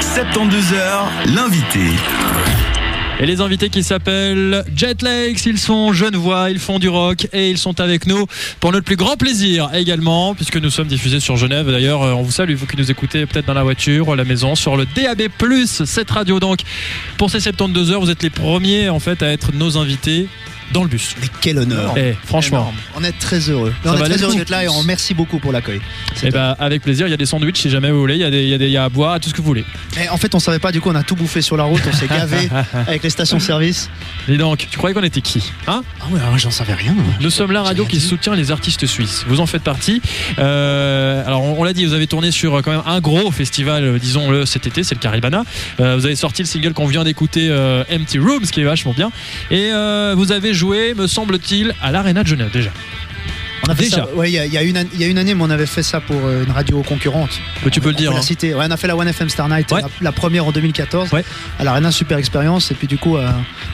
72 heures, l'invité. Et les invités qui s'appellent Jet Lakes, ils sont Genevois, ils font du rock et ils sont avec nous pour notre plus grand plaisir également, puisque nous sommes diffusés sur Genève. D'ailleurs, euh, on vous salue, vous qui nous écoutez peut-être dans la voiture, à la maison, sur le DAB+, cette radio. Donc, pour ces 72 heures, vous êtes les premiers en fait à être nos invités dans le bus. Mais quel honneur Eh, franchement. Énorme. On est très heureux. Ça on est valait très le heureux coup. d'être là et on remercie beaucoup pour l'accueil. Eh ben, avec plaisir, il y a des sandwichs si jamais vous voulez, il y a des, il y a des- il y a à boire, tout ce que vous voulez. Mais en fait, on savait pas, du coup, on a tout bouffé sur la route, on s'est gavé avec les stations-service. Dis donc, tu croyais qu'on était qui Hein Ah ouais, alors, j'en savais rien. moi. Nous sommes la radio rien qui dit. soutient les artistes suisses. Vous en faites partie. Euh, alors, on, on l'a dit, vous avez tourné sur euh, quand même un gros festival, euh, disons-le, cet été, c'est le Caribana. Euh, vous avez sorti le single qu'on vient d'écouter, euh, Empty Rooms, qui est vachement bien. Et euh, vous avez joué, me semble-t-il, à l'Arena de Genève déjà. On a fait Déjà. ça- Ouais, il y, a- il y a une an- il y a une année, mais on avait fait ça pour euh, une radio concurrente. Mais tu peux le dire, On hein. a cité. Ouais, on a fait la One FM Star Night, Ouais. la, la première en 2014. Ouais. À l'Arena, super expérience. Et puis, du coup, euh,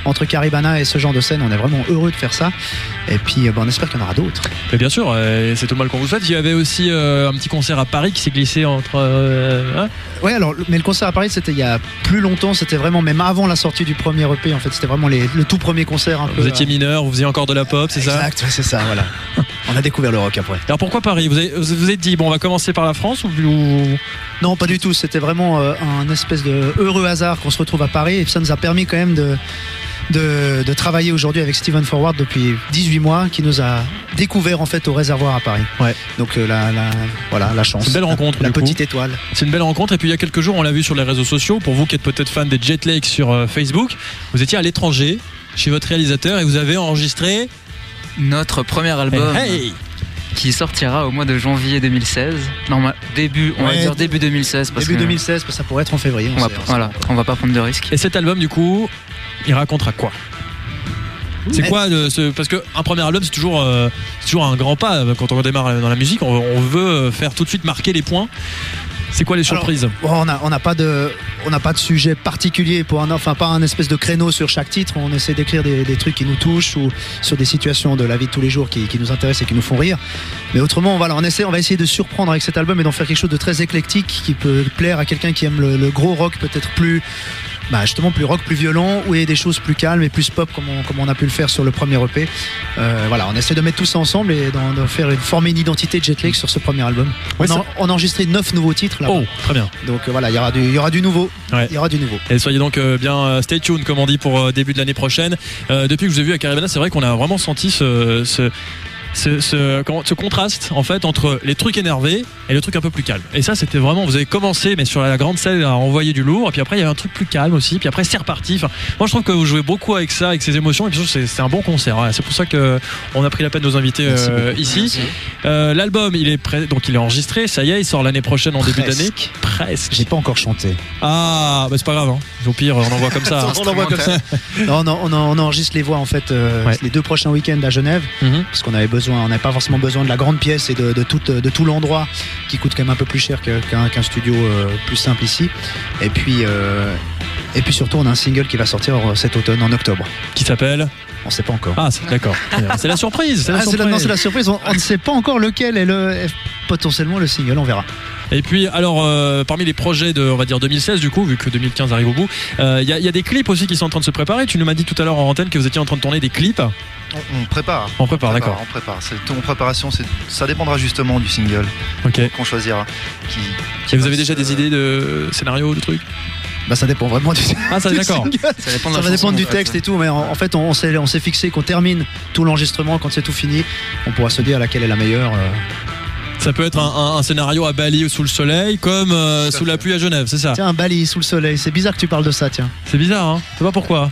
entre Caribana et ce genre de scène, on est vraiment heureux de faire ça. Et puis, euh, bah, on espère qu'il y en aura d'autres. Et bien sûr, euh, c'est tout le mal qu'on vous souhaite. Il y avait aussi euh, un petit concert à Paris qui s'est glissé entre. euh, hein Ouais, alors, le- mais le concert à Paris, c'était il y a plus longtemps, c'était vraiment même avant la sortie du premier EP, en fait, c'était vraiment les- le tout premier concert. Un peu, vous étiez mineur, vous faisiez encore de la pop, c'est ça Euh, Exact, ouais, c'est ça, voilà. On a découvert le rock après. Alors pourquoi Paris Vous avez, vous vous êtes dit, bon, on va commencer par la France ou. ou- Non, pas du tout, c'était vraiment euh, un espèce de heureux hasard qu'on se retrouve à Paris, et ça nous a permis quand même de. De, de travailler aujourd'hui avec Steven Forward depuis 18 mois qui nous a découvert en fait au réservoir à Paris. Ouais. Donc euh, la, la- voilà la chance. C'est une belle La- rencontre, La, du coup. petite étoile. C'est une belle rencontre. Et puis il y a quelques jours, on l'a vu sur les réseaux sociaux. Pour vous qui êtes peut-être fan des Jet Lakes sur euh, Facebook, vous étiez à l'étranger chez votre réalisateur et vous avez enregistré. Notre premier album Hey, hey qui sortira au mois de janvier 2016. Normal, début, on va Ouais, dire début 2016 parce Début que 2016, parce que ça pourrait être en février. on va, sait- sait voilà, pas. on va pas prendre de risques. Et cet album, du coup, il racontera quoi c'est Eh. quoi de ce parce que un premier album c'est toujours euh, c'est toujours un grand pas quand on démarre euh, dans la musique on, on veut euh, faire tout de suite marquer les points c'est quoi les Alors, surprises Bon, on n'a on n'a pas de on n'a pas de sujet particulier pour un enfin pas un espèce de créneau sur chaque titre. On essaie d'écrire des, des trucs qui nous touchent ou sur des situations de la vie de tous les jours qui, qui nous intéressent et qui nous font rire. Mais autrement, voilà, on essaie, on va essayer de surprendre avec cet album et d'en faire quelque chose de très éclectique qui peut plaire à quelqu'un qui aime le, le gros rock peut-être plus bah justement plus rock, plus violent, ou et des choses plus calmes et plus pop comme on, comme on a pu le faire sur le premier EP. Euh, voilà, on essaie de mettre tout ça ensemble et d'en d'en faire une, former une identité de Jetlag sur ce premier album. Ouais, on, a, on a enregistré neuf nouveaux titres là. Oh, très bien. Donc euh, voilà, il y aura du, il y aura du nouveau. Ouais. Il y aura du nouveau. Et soyez donc euh, bien euh, stay tuned, comme on dit, pour euh, début de l'année prochaine. Euh, depuis que je vous ai vu à Caribana, c'est vrai qu'on a vraiment senti ce, ce, ce, ce- comment- ce contraste en fait entre les trucs énervés et le truc un peu plus calme. Et ça, c'était vraiment. Vous avez commencé, mais sur la grande scène, à envoyer du lourd. Et puis après, il y avait un truc plus calme aussi. Puis après, c'est reparti. Enfin, moi, je trouve que vous jouez beaucoup avec ça, avec ces émotions. Et puis, je trouve que c'est c'est un bon concert. Voilà, C'est pour ça que on a pris la peine de nous inviter Merci euh, ici. Euh, L'album, il est prêt, donc il est enregistré. Ça y est, il sort l'année prochaine en début Presque. d'année. Presque. J'ai pas encore chanté. Ah, bah c'est pas grave. Hein. Au pire, on envoie comme ça. hein. On envoie comme ça. Non, non, on, en- on enregistre les voix en fait euh, Ouais. les deux prochains week-ends à Genève Mhm. parce qu'on avait besoin, on n'avait pas forcément besoin de la grande pièce et de, de tout, euh, de tout l'endroit qui coûte quand même un peu plus cher que- qu'un qu'un studio euh, plus simple ici. Et puis euh, et puis surtout on a un single qui va sortir euh, cet automne en octobre. Qui s'appelle On sait pas encore. Ah, c'est- d'accord. C'est la surprise. C'est la Ah, c'est la, surprise. non, c'est la surprise. On, on ne sait pas encore lequel est le est potentiellement le single. On verra. Et puis, alors, euh, parmi les projets de, on va dire 2016, du coup, vu que 2015 arrive au bout, euh, il y, a- il y a des clips aussi qui sont en train de se préparer. Tu nous m'as dit tout à l'heure en antenne que vous étiez en train de tourner des clips. On, on prépare. On prépare, Ah, On d'accord. On prépare. C'est tout en préparation. c'est- Ça dépendra justement du single Ok. Et qu'on choisira. Qui, qui vous va avez se- déjà des idées de scénario, de trucs Bah ça dépend vraiment du. Ah, ça, du d'accord. single. Ça, dépend de Ça la va chanson, dépendre du en fait. texte et tout, mais en, en fait, on, on s'est on s'est fixé qu'on termine tout l'enregistrement quand c'est tout fini. On pourra se dire laquelle est la meilleure. euh. Ça peut être un, un- un scénario à Bali ou sous le soleil, comme euh, Tout à sous la fait. pluie à Genève, c'est ça Tiens, un Bali sous le soleil. C'est bizarre que tu parles de ça, tiens. C'est bizarre, hein Je sais pas pourquoi.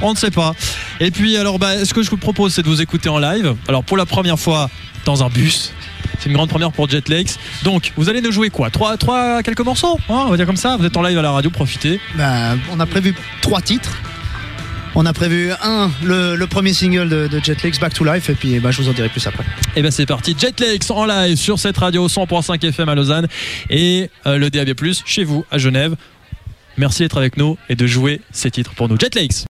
On ne sait pas. Et puis, alors, bah, ce que je vous propose, c'est de vous écouter en live. Alors, pour la première fois, dans un bus. C'est une grande première pour Jet Lakes. Donc, vous allez nous jouer quoi Trois, trois, quelques morceaux hein On va dire comme ça. Vous êtes en live à la radio, profitez. Bah, on a prévu trois titres. On a prévu un, le, le premier single de, de Jet Legs, Back to Life, et puis bah, je vous en dirai plus après. Et bien, c'est parti. Jet Lakes en live sur cette radio 100.5 FM à Lausanne et euh, le DAB+, chez vous à Genève. Merci d'être avec nous et de jouer ces titres pour nous. Jet Lakes